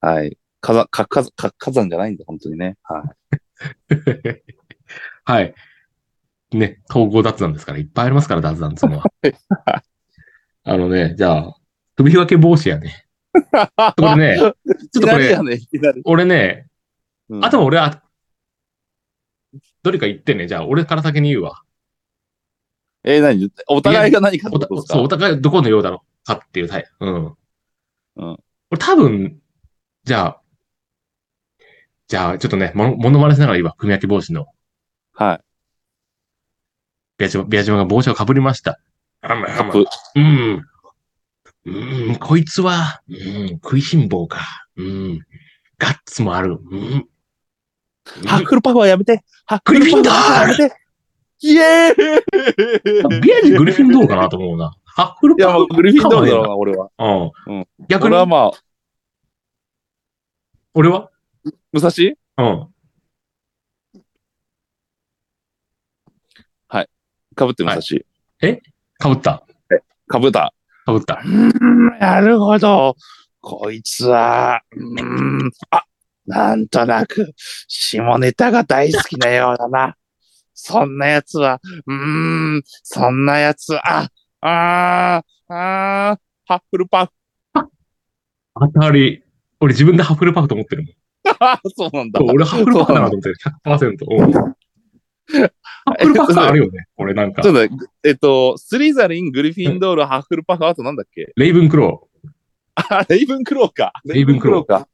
C: はい。火山、か、か、か、火山じゃないんだ、本当にね。はい。
A: はい。ね、統合脱弾ですから、いっぱいありますから、脱弾っていうのは。あのね、じゃあ、首分け防止やね。 [LAUGHS] これね、ちょっとこ
C: いきなり
A: れ
C: や、ね、いきなり。
A: 俺ね、
C: うん
A: あとは俺は、どれか言ってね、じゃあ、俺から先に言うわ。
C: えー、何お互いが何かって
A: お
C: こ
A: た
C: とですか
A: そう、お互いどこのようだろうかっていうタイプ。うん。
C: うん
A: 俺多分、じゃあ、じゃあ、ちょっとね、もの、ものまねしながら今、組み分け防止の、
C: はい。
A: ビアジマ、ビアジマが帽子をかぶりました。あまあまあ
C: ぶ
A: うん。うん、こいつは、うん、食いしん坊か。うん。ガッツもある。うん。
C: ハッフルパフはやめてハッ
A: グリフィンド
C: や
A: ー
C: めてイエーイ
A: ルビアジグリフィンドールかなと思うな。ハッフル
C: いや、
A: パ
C: もう
A: フ。
C: グリフィンドールだろうな、俺は。
A: う
C: うんん。
A: 逆
C: 俺は
A: に、
C: まあ、
A: 俺は
C: 武蔵
A: うん。
C: かぶって武蔵。
A: かぶった。
C: かぶった。
A: かぶった。
C: なるほど。こいつは、うーん、あ、なんとなく、下ネタが大好きなようだな。そんなやつは、うーん、そんなやつ、あ、あー、あー、ハッフルパフ。 [LAUGHS]
A: 当たり。俺自分でハッフルパフと思ってるもん。
C: そうなんだ [LAUGHS]
A: そう。俺ハッフルパフだなと思ってる。100%。うん。ハッフルパフ感ある
C: [LAUGHS]
A: よね。俺なんか
C: ちょ。っとね、えっと、スリザリン、グリフィンドール、ハッフルパフ、あとなんだっけ
A: レイブンクロ
C: あ、レイブンクローか。
A: レイブンクロー
C: か。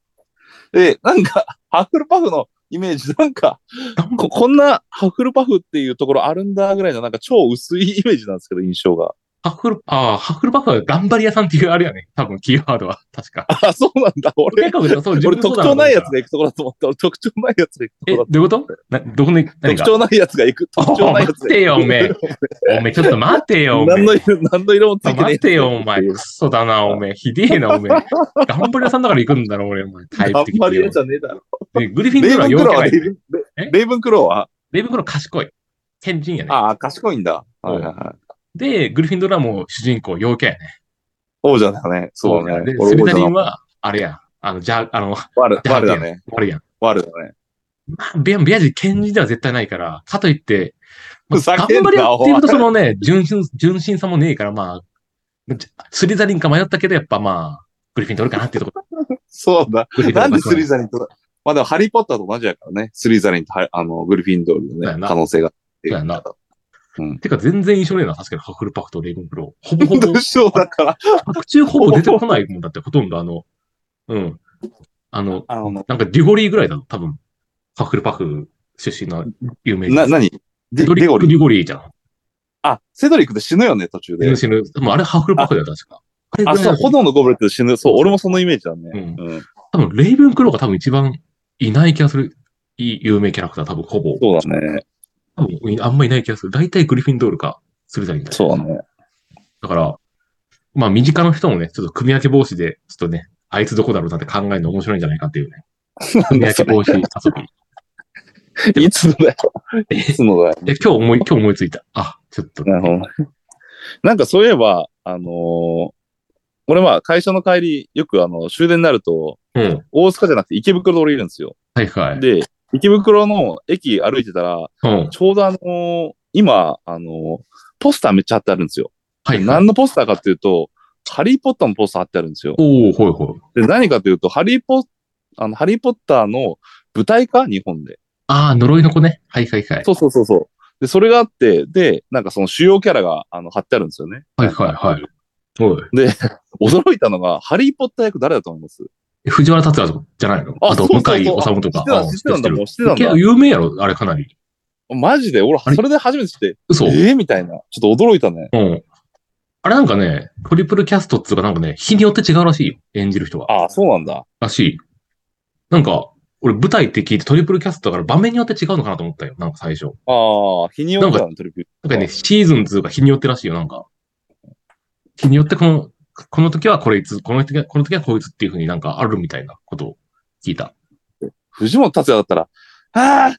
C: え、なんか、ハッフルパフのイメージ、なんか、
A: ー。
C: ここんなハッフルパフっていうところあるんだぐらいのなんか超薄いイメージなんですけど、印象が。
A: ハッフル、ああ、ハッフルパフは頑張り屋さんっていうあれやね。多分キーワードは。確か。
C: あ、そうなんだ。俺、
A: そう、自
C: 俺
A: 分そう
C: 特
A: だと
C: 徴
A: 思
C: な
A: っ
C: い
A: て
C: や
A: た
C: つが行くところだと思った。俺特徴ないやつが行くと
A: え、
C: ころだと思っ
A: どういうことな、どこに、
C: た。
A: 何
C: 特
A: が
C: 徴ないやつが行く。特徴ないやつが
A: おい
C: 行
A: 待ってよ
C: く。 [LAUGHS]
A: おめえ、ちょっと待てよ、おめえ
C: 何の色、何の色もついてね
A: 待
C: え。
A: てよ、お前。クソだな、おめえ。ひでえな、おめえ。頑張り屋さんだから行くんだろ、俺、お前。タイ
C: あん
A: プ的
C: まり
A: に
C: 嫌。じゃねえだろ。
A: でグリフィンド
C: レイ
A: ールは
C: ブンク
A: 陽
C: ロー
A: キャ
C: は
A: ラや
C: レイ
A: ね
C: ブン
A: え
C: レイブンクローは
A: レイブンクロー賢い。天神やね。
C: ああ、賢いんだ。はいはいはい。
A: で、グリフィンドールはもう主人公、陽キャやね。
C: 王者だね。そうだね
A: で、。
C: 俺
A: スリ
C: 王
A: ザリ
C: 者だ
A: ン
C: もん。
A: は、あれや。あの、じゃ、あの、 [LAUGHS]
C: 悪、
A: じゃ
C: 悪だね。
A: 悪いやん。
C: 悪だね。
A: まあ、ビアビアジ、賢人では絶対ないから、かといって、まあ
C: ふざ
A: 頑
C: けん
A: 張
C: な
A: れよっていうと、そのね、純真、純真さもねえから、まあ、じスリザリンか迷ったけど、やっぱまあ、グリフィン取るかなっていうとこ
C: そうだ。
A: グリフィンドー
C: [LAUGHS] な
A: ル
C: んでスリ
A: ザ
C: ザリンと、まあでもハリーポッターと同じやからね。スリザリンとハあのグリフィンドール
A: そう
C: の
A: や
C: ね、
A: な
C: 可能性が。
A: そうやなてか、全然印象ねえな、確かに。ハッフルパフとレイブンクロー。ほぼほぼ
C: ど、うしようだから、
A: 白中ほぼ出てこないもんだって、ほとんどあの、うん。あの、
C: [LAUGHS] あの、
A: なんかデュゴリーぐらいだろ、多分。ハッフルパフ出身の有名人。
C: な、なに
A: デ
C: デ
A: ュゴリ
C: デゴ
A: ー
C: リ。
A: デュゴリーじゃん。
C: あ、セドリックで死ぬよね、途中で。
A: 死ぬ。でもあれハッフルパフだよ、確か。あれぐ
C: あ、
A: らいだ
C: そう、
A: よ
C: 炎のゴブレットで死ぬ。そう、俺もそのイメージだ
A: う
C: ね。
A: ん。
C: うん。
A: 多分、レイブンクローが多分一番いない気がする。いい有名キャラクター、多分ほぼ。
C: そうだね。
A: 多分いあんまいない気がする。大体グリフィンドールか、スリザリンだよ
C: そうだね。
A: だから、まあ身近な人もね、ちょっと組み分け防止で、ちょっとね、あいつどこだろうなって考えるの面白いんじゃないかっていうね。組み分け防止遊び。
C: いつのだよ。いつのだよ。
A: で、今日思い、今日思いついた。あ、ちょっと。
C: なるほど。なんかそういえば、あのー俺は会社の帰り、よくあの、終電になると、
A: うん。
C: 大塚じゃなくて池袋で降りるんですよ。
A: はいはい。
C: で、池袋の駅歩いてたら、
A: うん。
C: ちょうどあのー今、あのーポスターめっちゃ貼ってあるんですよ。
A: はいはい。
C: 何のポスターかっていうと、ハリーポッターのポスター貼ってあるんですよ。
A: おおほいほい。
C: で、何かというと、ハリーポあの、ハリーポッターの舞台化日本で。
A: ああ、呪いの子ね。はいはいはい。
C: そうそうそうそう。で、それがあって、で、なんかその主要キャラが、あの、貼ってあるんですよね。
A: はいはいはい。おい。
C: 驚いたのが、ハリーポッター役誰だと思います
A: え藤原達也じゃないのあと、向井治とか。
C: あ
A: あ
C: 知ってたんだ、もう知ってたん
A: 結
C: だ
A: 構。有名やろ、あれかなり。
C: マジで、俺、
A: あれ
C: それで初めて知って、
A: 嘘。
C: ええみたいな。ちょっと驚いたね。
A: うん。あれなんかね、トリプルキャストっつうかなんかね、日によって違うらしいよ。演じる人は。
C: ああ、そうなんだ。
A: らしい。なんか、俺舞台って聞いてトリプルキャストだから場面によって違うのかなと思ったよ。なんか最初。
C: ああ、日によってのトリビュー。
A: なんかね、シーズン2が日によってらしいよ、なんか。日によってこの、この時はこれいつ、この時は、この時はこいつっていうふうになんかあるみたいなことを聞いた。
C: 藤本達也だったら、ああ、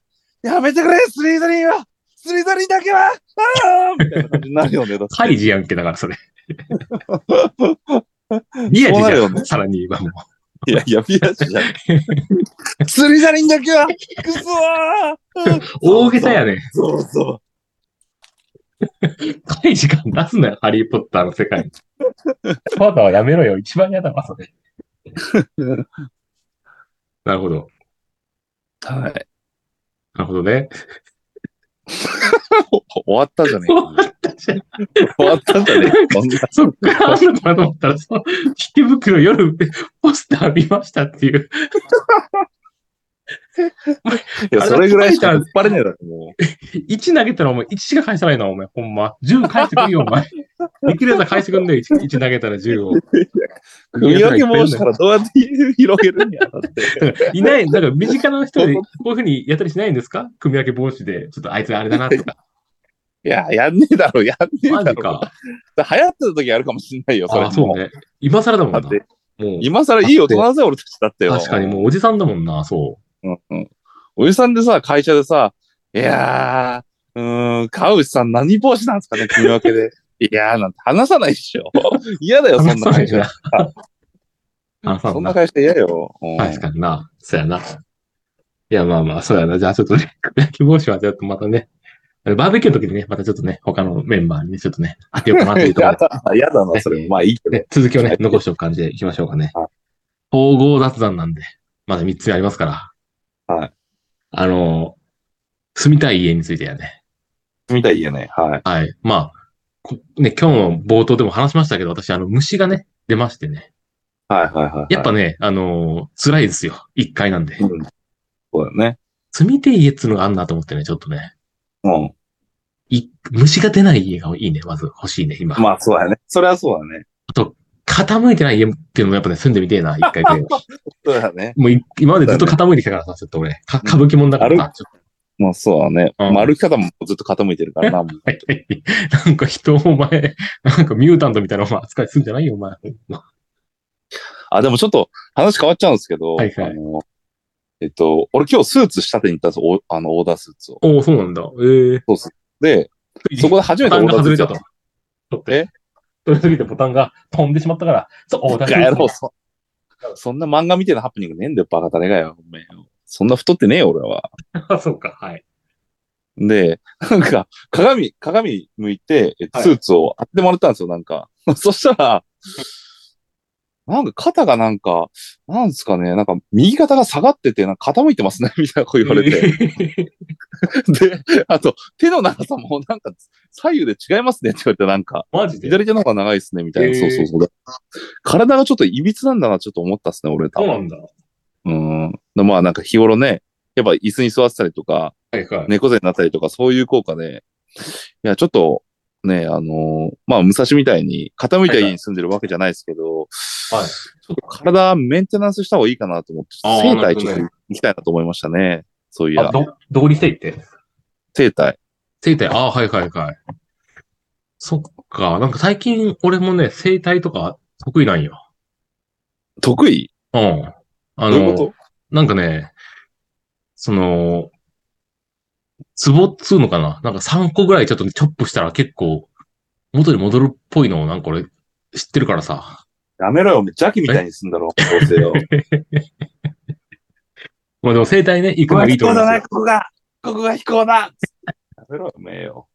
C: やめてくれ、スリーザリンはスリーザリンだけはああみたいな感じになる
A: [LAUGHS]
C: よね。だって
A: カ
C: [LAUGHS]
A: イジやんけ、だからそれ。リア
C: そう
A: ジじ
C: なる
A: ゃ
C: よ
A: ん、
C: ね
A: さらに今も。
C: いやいや、ピアスじゃん。スリザリンだけは、くそー
A: 大げさやね。
C: そうそう。
A: 深い時間出すなよ、ハリー・ポッターの世界に。まだはやめろよ、一番嫌だわ、それ。なるほど。
C: は
A: な
C: い。
A: るほどね。
C: 終わったじゃねえ
A: 終わ
C: か。終わったじゃねえか。
A: そっからあんのかなと思ったら、その、池袋夜、ポスター見ましたっていう。
C: いや、それぐらいしか突っ張れねえだろ、もう。
A: 1投げたらお前、1しか返さないな、お前、ほんま。10返してくんよ、お
C: [LAUGHS]
A: 前。できるやつは返してくんねよ、1, 投げたら10を。
C: 組み分け申したらどうやって広げるんやろって。
A: だ [LAUGHS] からいない、だから身近な人でこういうふうにやったりしないんですか組み分け防止で、ちょっとあいつあれだな
C: [LAUGHS]
A: とか。
C: いや、やんねえだろ、やんねえだ
A: マ
C: ろ。
A: ジか。
C: 流行ってた時あるかもしんないよ、それ
A: あ、そうね。今更だもんな。
C: だ
A: も
C: っ
A: う
C: て、今更いい大人だぜ、俺たちだってよ。
A: 確かにもうおじさんだもんな、そう。
C: うんうん。おじさんでさ、会社でさ、いやー、うーん、川内さん何帽子なんですかね、組み分けで。 [LAUGHS] いやー、なんて話さないっしょ。 [LAUGHS] 嫌だよ、そんな会社。
A: な。 [LAUGHS] あ、そ
C: そ
A: うん
C: な
A: な。
C: 会社嫌よ。うん
A: 確かにな。そうやな。いや、まあまあ、そうやな。じゃあちょっとね、焼き帽子はちょっとまたね、バーベキューの時にね、またちょっとね、他のメンバーにね、ちょっとね、当てようかなっていうところ
C: や
A: で
C: だな、やだな、それ。まあいいけど。
A: ね、続きを
C: は
A: ね
C: い、
A: 残しておく感じでいきましょうかね
C: は。
A: 統合雑談なんで、まだ3つ目ありますから。
C: はい。
A: あの、住みたい家についてやね。
C: みたいやね。はい。
A: はい。まあ、こね、今日の冒頭でも話しましたけど、私、あの、虫がね、出ましてね。
C: はいはいはいはい。
A: やっぱね、あのー辛いですよ。1階なんで
C: う。ん。そうだね。
A: 住みてえ家っつうのがあんなと思ってね、ちょっとね。
C: うん。
A: い虫が出ない家がいいね、まず欲しいね、今。
C: まあそうだね。それはそうだね。
A: 傾いてない家っていうのもやっぱね、住んでみてえな、1階で。
C: [LAUGHS] そうだね。
A: もうい今までずっと傾いてきたからさ、ちょっと俺、か歌舞伎もんだから
C: 歩
A: さ、ちょっと
C: まあそうだね。
A: うん
C: 歩き方もずっと傾いてるからな。もう
A: [LAUGHS] なんか人をお前、なんかミュータントみたいなお前扱いするんじゃないよ、お前。
C: あ、でもちょっと話変わっちゃうんですけど、
A: はいはい
C: あの、えっと、俺今日スーツ仕立てに行ったんですよ。おあの、オーダースーツを。
A: おお、そうなんだ。ええ
C: で、そこで初めてオ
A: ボタンが外
C: ーダースー
A: れ
C: ツ
A: ちゃ
C: や
A: っ
C: ったた
A: の。
C: え
A: 取れすぎてボタンが飛んでしまったから、そう、おー
C: バ
A: 出し
C: カ
A: ました
C: 野郎、そそんな漫画みたいなハプニングねえんだよ、バカタレがよ。おめえよそんな太ってねえよ、俺は。
A: あそうか、はい。
C: で、なんか、鏡、鏡向いて、え
A: はい
C: スーツを当ててもらったんですよ、なんか。 [LAUGHS] そしたら、なんか肩がなんか、なんですかね、なんか右肩が下がってて、なんか傾いてますね、みたいなこと言われて。
A: て。
C: [LAUGHS] で、あと、手の長さもなんか左右で違いますねって言われて、なんか、
A: [LAUGHS] マジで
C: 左手の方が長いですね、みたいな。
A: へー
C: そうそうそう。体がちょっと歪なんだな、ちょっと思ったっすね、俺多
A: そう
C: 分。
A: なんだ。は
C: うん。でまあなんか日頃ね、やっぱ椅子に座ってたりとか、
A: いはい。
C: 猫背になったりとか、そういう効果で、いや、ちょっと、ね、あのーまあ、武蔵みたいに、傾いた家に住んでるわけじゃないですけど、
A: はいはい
C: ちょっと体メンテナンスした方がいいかなと思って、
A: あー
C: 生体ち
A: な
C: ょ
A: る
C: っ
A: ほど
C: と
A: ね
C: 行きたいなと思いましたね。そうい
A: あ、
C: や、
A: ど、道理していって。
C: 生体。
A: 生体、ああ、はいはいはい。そっか、なんか最近俺もね、生体とか得意なんよ。
C: 得意
A: うん。あ
C: どういうこと
A: なんかね、その、ツボっつうのかななんか3個ぐらいちょっとねチョップしたら結構、元に戻るっぽいのをなんか俺知ってるからさ。
C: やめろよ、お前邪気みたいにすんだろ、どうせ
A: [LAUGHS]
C: よ。
A: まあでも生体ね、行くのいいと思いますよ。
C: ここが、ここが飛行だやめろよ、おめえよ。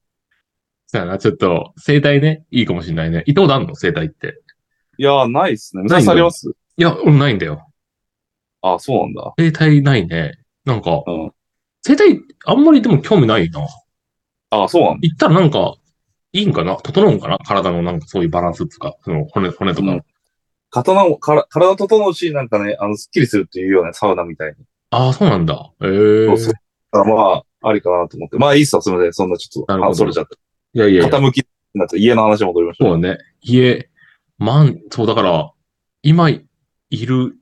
A: そうやな、ちょっと、生体ね、いいかもしれないね。行ったことあんの生体って。
C: いやー、ないっすね。武
A: ないんだ
C: 蔵あります
A: いや、俺ないんだよ。
C: あ、そうなんだ。
A: 生体ないね。なんか、
C: うん。
A: 生体、あんまりでも興味ないな。
C: あ、そうなんだ。
A: 行ったらなんか、いいんかな整うんかな体のなんかそういうバランスっていうか、その骨、骨とかの。
C: うん刀を、から体整うし、なんかね、あの、スッキリするっていうようなサウナみたいに。
A: ああ、そうなんだ。ええ
C: そうそうあまあ、ありかなと思って。まあ、いいっすわ、すみません。そんなちょっと、
A: なるほど
C: 話それちゃって。
A: いやいやいや。
C: 傾きになって、家の話戻りましょ。
A: そううね。家、まん、そうだから、今いる、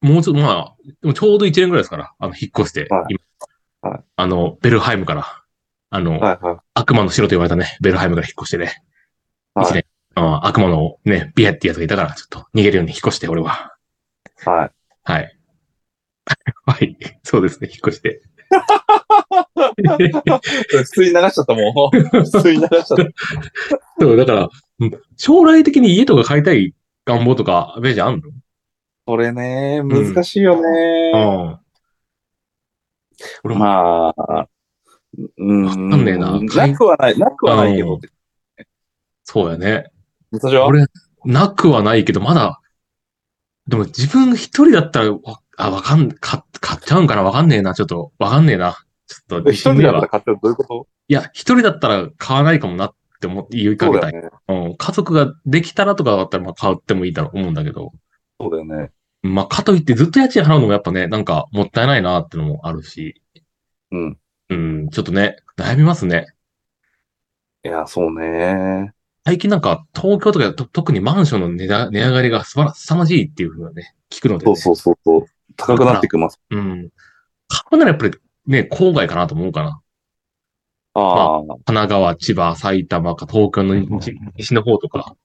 A: もうちょっと、まあ、でもちょうど1年ぐらいですから、あの、引っ越して、
C: はい
A: 今
C: はい
A: あの、ベルハイムから、あの、
C: はいはい。
A: 悪魔の城と言われたね、ベルハイムから引っ越してね、
C: はい
A: 一年、うん悪魔のね、ビアってやつがいたから、ちょっと逃げるように引っ越して、俺は。
C: はい。
A: はい。 [LAUGHS] はい。そうですね、引っ越して。
C: 普通に流しちゃっ
A: [LAUGHS]
C: たもん。普通に流しちゃった。
A: そう、だから、うん将来的に家とか買いたい願望とか、ベージあんの
C: これね、難しいよ
A: う
C: ね。
A: ん。俺も、
C: まあ、うん。
A: わかんねえな
C: なくはない、なくはないけどって。
A: そうやね。
C: 私は
A: 俺なくはないけど、まだ、でも自分一人だったら、わあ、わかん、か買っちゃうんかなわかんねえな。ちょっと、わかんねえな。ちょっと、
C: 一人だったら買ってるどういうこと
A: いや、一人だったら買わないかもなって思って言いか
C: そう
A: け
C: だ
A: たい。
C: よね。
A: うん。家族ができたらとかだったら、まあ買ってもいいだろう思うんだけど。
C: そうだよね。
A: まあ、かといってずっと家賃払うのもやっぱね、なんかもったいないなってのもあるし。
C: うん。
A: うん、ちょっとね、悩みますね。
C: いや、そうね。
A: 最近なんか東京とかと特にマンションの値段値上がりが素晴ら凄まじいっていうふうなね、聞くので、
C: そ
A: ね。
C: うそうそうそう。高くなってきます。
A: うん。買うならやっぱりね、郊外かなと思うかな。
C: ああ、
A: 神奈川、千葉、埼玉か東京の西西の方とか。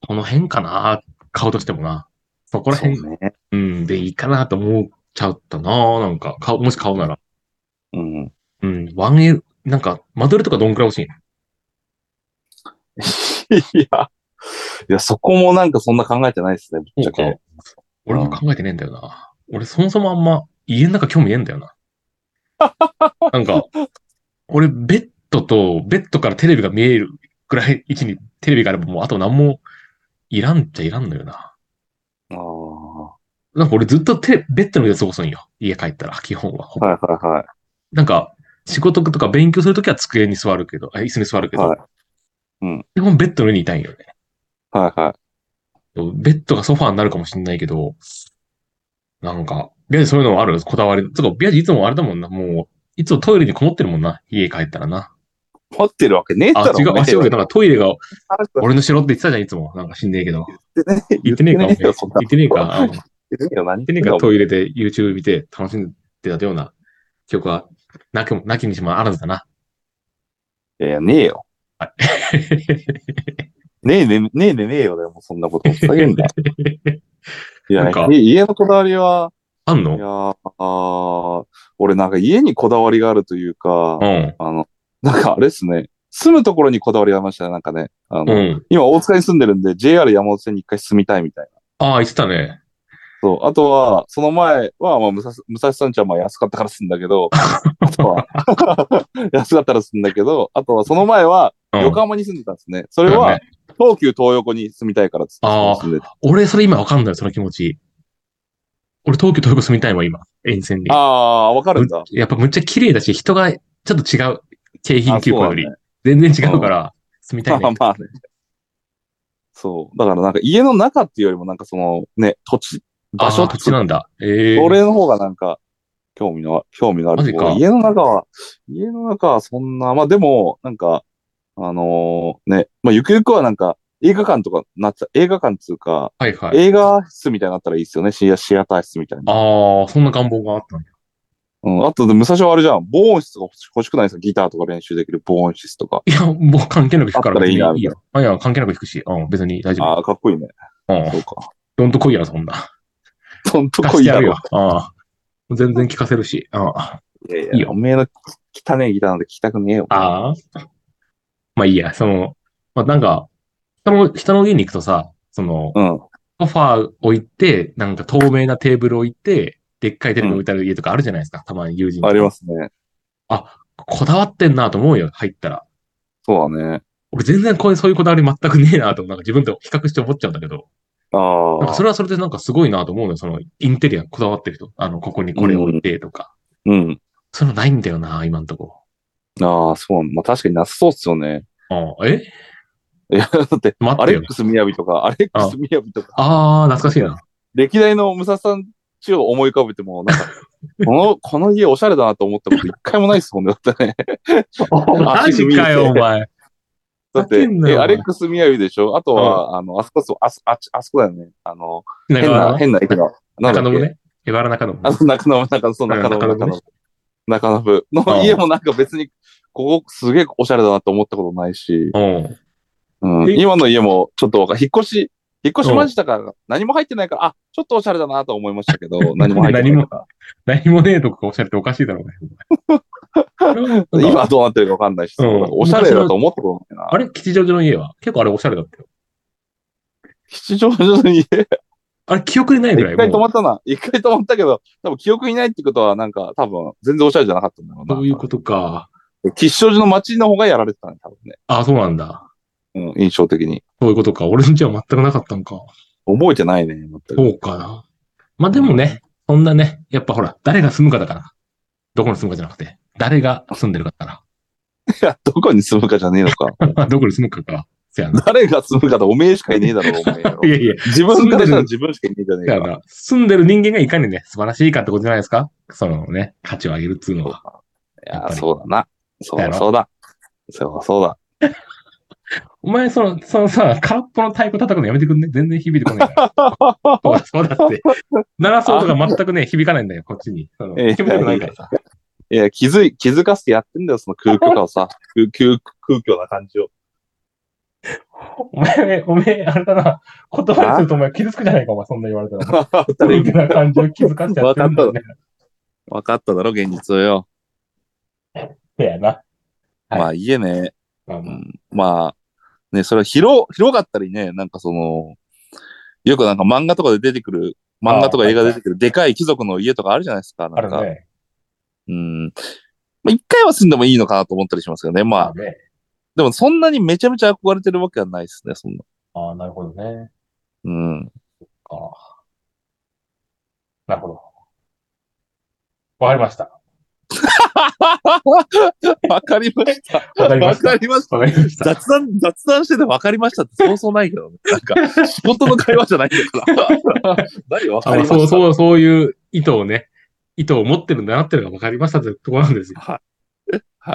A: この辺かな買うとしてもな。そこら辺、
C: そうね。
A: うん、でいいかなと思っちゃったななんか、買う、もし買うなら。
C: うん。 [LAUGHS]
A: うん、ワエ l なんか、間取りとかどんくらい欲しい
C: いや、いや、そこもなんかそんな考えてないですね、ぶっちゃけ。
A: 俺も考えてねえんだよな。俺そもそもあんま家の中興味ねえんだよな。
C: [LAUGHS]
A: なんか、俺ベッドと、ベッドからテレビが見えるぐらい位置にテレビがあればもうあと何もいらんっちゃいらんのよな。
C: ああ。は
A: なんか俺ずっとテレベッドの上で過ごすんよ。家帰ったら、基本は。
C: いはいはい。
A: なんか、仕事とか勉強するときは机に座るけど、あ椅子に座るけど、
C: はい
A: 基本ベッドの上にいたいんよね。
C: はいはい。
A: ベッドがソファーになるかもしれないけど、なんか、ビアジそういうのあるこだわり。つうか、ビアジいつもあれだもんな、もう、いつもトイレにこもってるもんな、家帰ったらな。
C: 持ってるわけねえだ
A: あ
C: ろ。、
A: 違う、あ、違うけど、なんかトイレが
C: 言
A: 俺の城って言ってたじゃん、いつも。なんか死んねえけど。
C: ってねえよ。
A: 言ってねえか、お前言
C: よそんな
A: ってねえ
C: [LAUGHS]
A: か。あの言っ
C: 言ってねえよ、何言って
A: ねえか、トイレで YouTube 見て楽しんでたような記憶は、なきも、なきにしもあらずだな。
C: いやいや、ねえよ。ねえねえ、ねえねえねえよ、でもそんなこと。ふざけんな
A: [LAUGHS]
C: よ。い
A: な
C: や
A: んか、
C: い家のこだわりは、
A: あん
C: い
A: の
C: やー俺なんか家にこだわりがあるというか
A: う、ん。
C: あの、なんかあれですね、住むところにこだわりがありましたね、なんかね。あ
A: う
C: の、
A: ん。
C: 今大塚に住んでるんで、JR 山手線に一回住みたいみたいな。
A: ああ、言ってたね。
C: そう。あとは、その前は、まあ、武蔵、武蔵山ちゃんは安かったから住んだけど、あとは、 [LAUGHS] 安かったら住んだけど、あとは、その前は、
A: うん
C: 横浜に住んでたんですね。そ
A: だ
C: れ
A: よ
C: は
A: ね、
C: 東急東横に住みたいからっつって
A: あー
C: 住んでて。
A: 俺、それ今わかんない、その気持ち。俺、東京、東京住みたいわ、今。沿線に。
C: ああー、わかるんだ。
A: やっぱむっちゃ綺麗だし、人がちょっと違う。京浜急行より
C: あ。
A: 全然違うから、住みたい
C: [LAUGHS] まあ
A: ね。
C: まあね。そう。だからなんか家の中っていうよりもなんかそのね、土地、場所
A: あー土地なんだ。ええ。
C: 俺の方がなんか、興味の、興味があるところ
A: マジか
C: 家の中は、家の中はそんな、まあでも、なんか、あのーね、まあゆくゆくはなんか、映画館とかなっちゃ、映画館っていうか、
A: はいはい。
C: 映画室みたいになったらいいですよね。シアシアター室みたいな。
A: ああ、そんな願望があったんだ。
C: うん。あとで、武蔵はあれじゃん。防音室が欲し欲しくないですかギターとか練習できる防音室とか。
A: いや、もう関係なく弾くから
C: あったらいいな
A: 別によ。あ、いや、関係なく弾くし。うん、別に大丈
C: ああ、かっこいいね。
A: 夫。うん
C: そう。か。
A: どんと来いやろ、そんな。
C: [LAUGHS] どんと
A: 出
C: こ
A: し
C: いい
A: てや
C: だ
A: る
C: ろ
A: よ。ああ。全然聞かせるし。ああ。
C: いやいや、
A: いいよ
C: おめえの汚ねえギターなんて聞きたくねえよ。
A: ああ。まあいいや、その、まあなんか、人の、人の家に行くとさ、その、
C: うん。
A: ソファー置いて、なんか透明なテーブル置いて、でっかいテレビ置いてある家とかあるじゃないですか、たまに友人。
C: ありますすね。
A: こだわってんなと思うよ、入ったら。
C: そうだね。
A: 俺全然こういう、そういうこだわり全くねえなと、なんか自分と比較して思っちゃうんだけど、
C: あ
A: なんか
C: あ
A: そ。れはそれでなんかすごいなと思うのよ、そのインテリアこだわってる人。あの、ここにこれ置いてとか。
C: うん。
A: そういうのないんだよな、今んとこ。
C: ああ、そう。まあ確かになさそうっすよね。
A: ああえ
C: いや、だって、
A: 待
C: ア
A: って
C: レ
A: よ
C: ッ。クスみやびとか、アレックスみやびとか、
A: ああ、懐かしい
C: [LAUGHS]
A: な。
C: 歴代のムサさんちを思い浮かべても、な
A: [LAUGHS]
C: んか、この、この家おしゃれだなと思ったこと一回もないっすもんね。だってね。
A: マジかよ、お前。
C: だっ
A: ふ
C: て、
A: ざけんなよ
C: えアレックスみやびでしょあとは、あの、あそこそう、あそ、あっちあそこだよね。あの、
A: な
C: 変な、変な駅の。なん
A: 中
C: だ
A: 野
C: っけ
A: もね。江原中野も
C: あ
A: ね。
C: の、中野、中野、そう、中野、
A: 中
C: 中
A: 野
C: 野、
A: ね
C: 中野。中野部
A: うん
C: の家もなんか別に、ここすげえおしゃれだなと思ったことないし、
A: うん。
C: うん
A: え
C: 今の家もちょっとわか引っ越し、引っ越しましたから、何も入ってないから、あ、ちょっとおしゃれだなと思いましたけど、何も入ってないか
A: 何もねえとかおっしゃれておかしいだろうね。お前
C: ら。 [LAUGHS] 今はどうなってるかわかんないし、
A: うん
C: おしゃれだと思ったことないな。
A: あれ吉祥寺の家は結構あれおしゃれだったよ。
C: 吉祥寺の家、
A: あれ、記憶にないぐらい。
C: 一回止
A: も
C: まったな。一回止まったけど、多分記憶にないってことは、なんか、多分、全然おしゃれじゃなかったんだろう
A: う
C: な。
A: そういうことか。
C: 吉祥寺の街の方がやられてたね、多分ね。
A: あ、そうなんだ。
C: うん、印象的に。
A: そういうことか。俺のじゃ全くなかったんか。
C: 覚えてないね、全く。
A: そうかな。まあでもね、そんなね、やっぱほら、誰が住むかだから。どこに住むかじゃなくて、誰が住んでるかだか
C: いや、どこに住むかじゃねえのか。 [LAUGHS]
A: ら。 [LAUGHS] どこに住むかか。せやな。
C: 誰が住むかっておめえしかいねえだろ、お前よ
A: [LAUGHS] い。やいや、
C: 自分からしたら自分しかいねえじゃね
A: せ
C: え
A: や
C: か。
A: な。住んでる人間がいかにね、素晴らしいかってことじゃないですか。そのね、価値を上げるっていうのは。
C: い
A: やっぱ
C: や、
A: り
C: そうだな。そう
A: だ
C: だ、
A: ろ
C: そうだ。そうだ、そうだ。
A: お前、その、そのさ、空っぽの太鼓叩くのやめてくんね。全然響いてこない [LAUGHS] から。そうだ、そうだって。鳴らす音が全くね、響かないんだよ、こっちに。その
C: いやいや
A: 気持ちよくないからさ。
C: いや、気づい、気づかせてやってんだよ、その空虚感
A: [LAUGHS]
C: をさ。空空空虚な感じを。
A: お前、お前、あれだな。言葉にするとお前傷つくじゃないか、お前、そんな言われたら。みたいな感じを気づかせちゃってるんだ [LAUGHS] よね。
C: 分かっただろ、現実をよ。
A: せやな。はい
C: まあ、家ね。
A: まあ
C: う
A: まあ
C: ん、まあ、ね、それは広、広かったりね、なんかその、よくなんか漫画とかで出てくる、漫画とか映画で出てくる、でかい貴族の家とかあるじゃないですか、
A: あ
C: なん
A: る
C: か。
A: ね。
C: うん。まあ、一回は住んでもいいのかなと思ったりしますけどね。ま
A: あ
C: あ、
A: るね。
C: でもそんなにめちゃめちゃ憧れてるわけはないですね、そんな。
A: ああ、なるほどね。
C: うん。 [LAUGHS]
A: ああなるほど。わかりました。
C: わかりました。
A: わかりました
C: わかりました。
A: わかりました。
C: 雑談、雑談しててわかりましたってそうそうないけどね。なんか、仕事の会話じゃないんだ
A: [LAUGHS]
C: から。何わ
A: あ
C: か
A: の
C: りました。
A: そう、そう、そういう意図をね、意図を持ってるんだなっていうのが分かりましたってところなんですよ。
C: は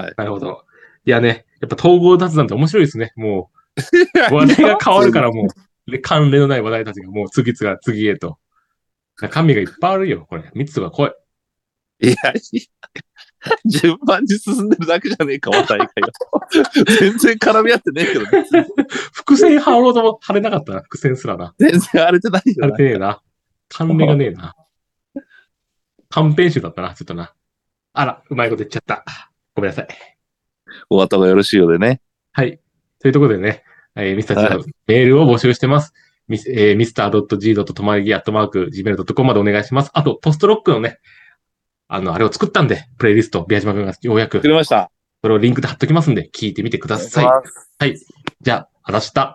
C: い。
A: [LAUGHS] なるほど。いやね、やっぱ統合雑談って面白いですね。も [LAUGHS] う、話題が変わるからもう、 [LAUGHS] で関連のない話題たちがもう次から次へと。神がいっぱいあるよ、これ。密度が濃い。
C: いや、 [LAUGHS] 順番に進んでるだけじゃねえか、話題がよ。 [LAUGHS] 全然絡み合ってねえけど、ね、
A: 伏線張ろうとも張れなかったな、伏線すらな。
C: 全然荒れてない
A: [LAUGHS] 張
C: よ
A: れ
C: な。
A: てねえな。関連がねえ [LAUGHS] な。短編集だったな、ちょっとな。あら、うまいこと言っちゃった。ごめんなさい。
C: お後がよろしいようでね。
A: はい。というところでね、えー、ミスター G のメールを募集してます。ミス、えー、mr.g.tomagi.gmail.com までお願いします。あと、ポストロックのね、あの、あれを作ったんで、プレイリスト、ビア島君がようやく
C: く、れました。
A: それをリンクで貼っときますんで、聞いてみてください。はい。じゃあ、あらした。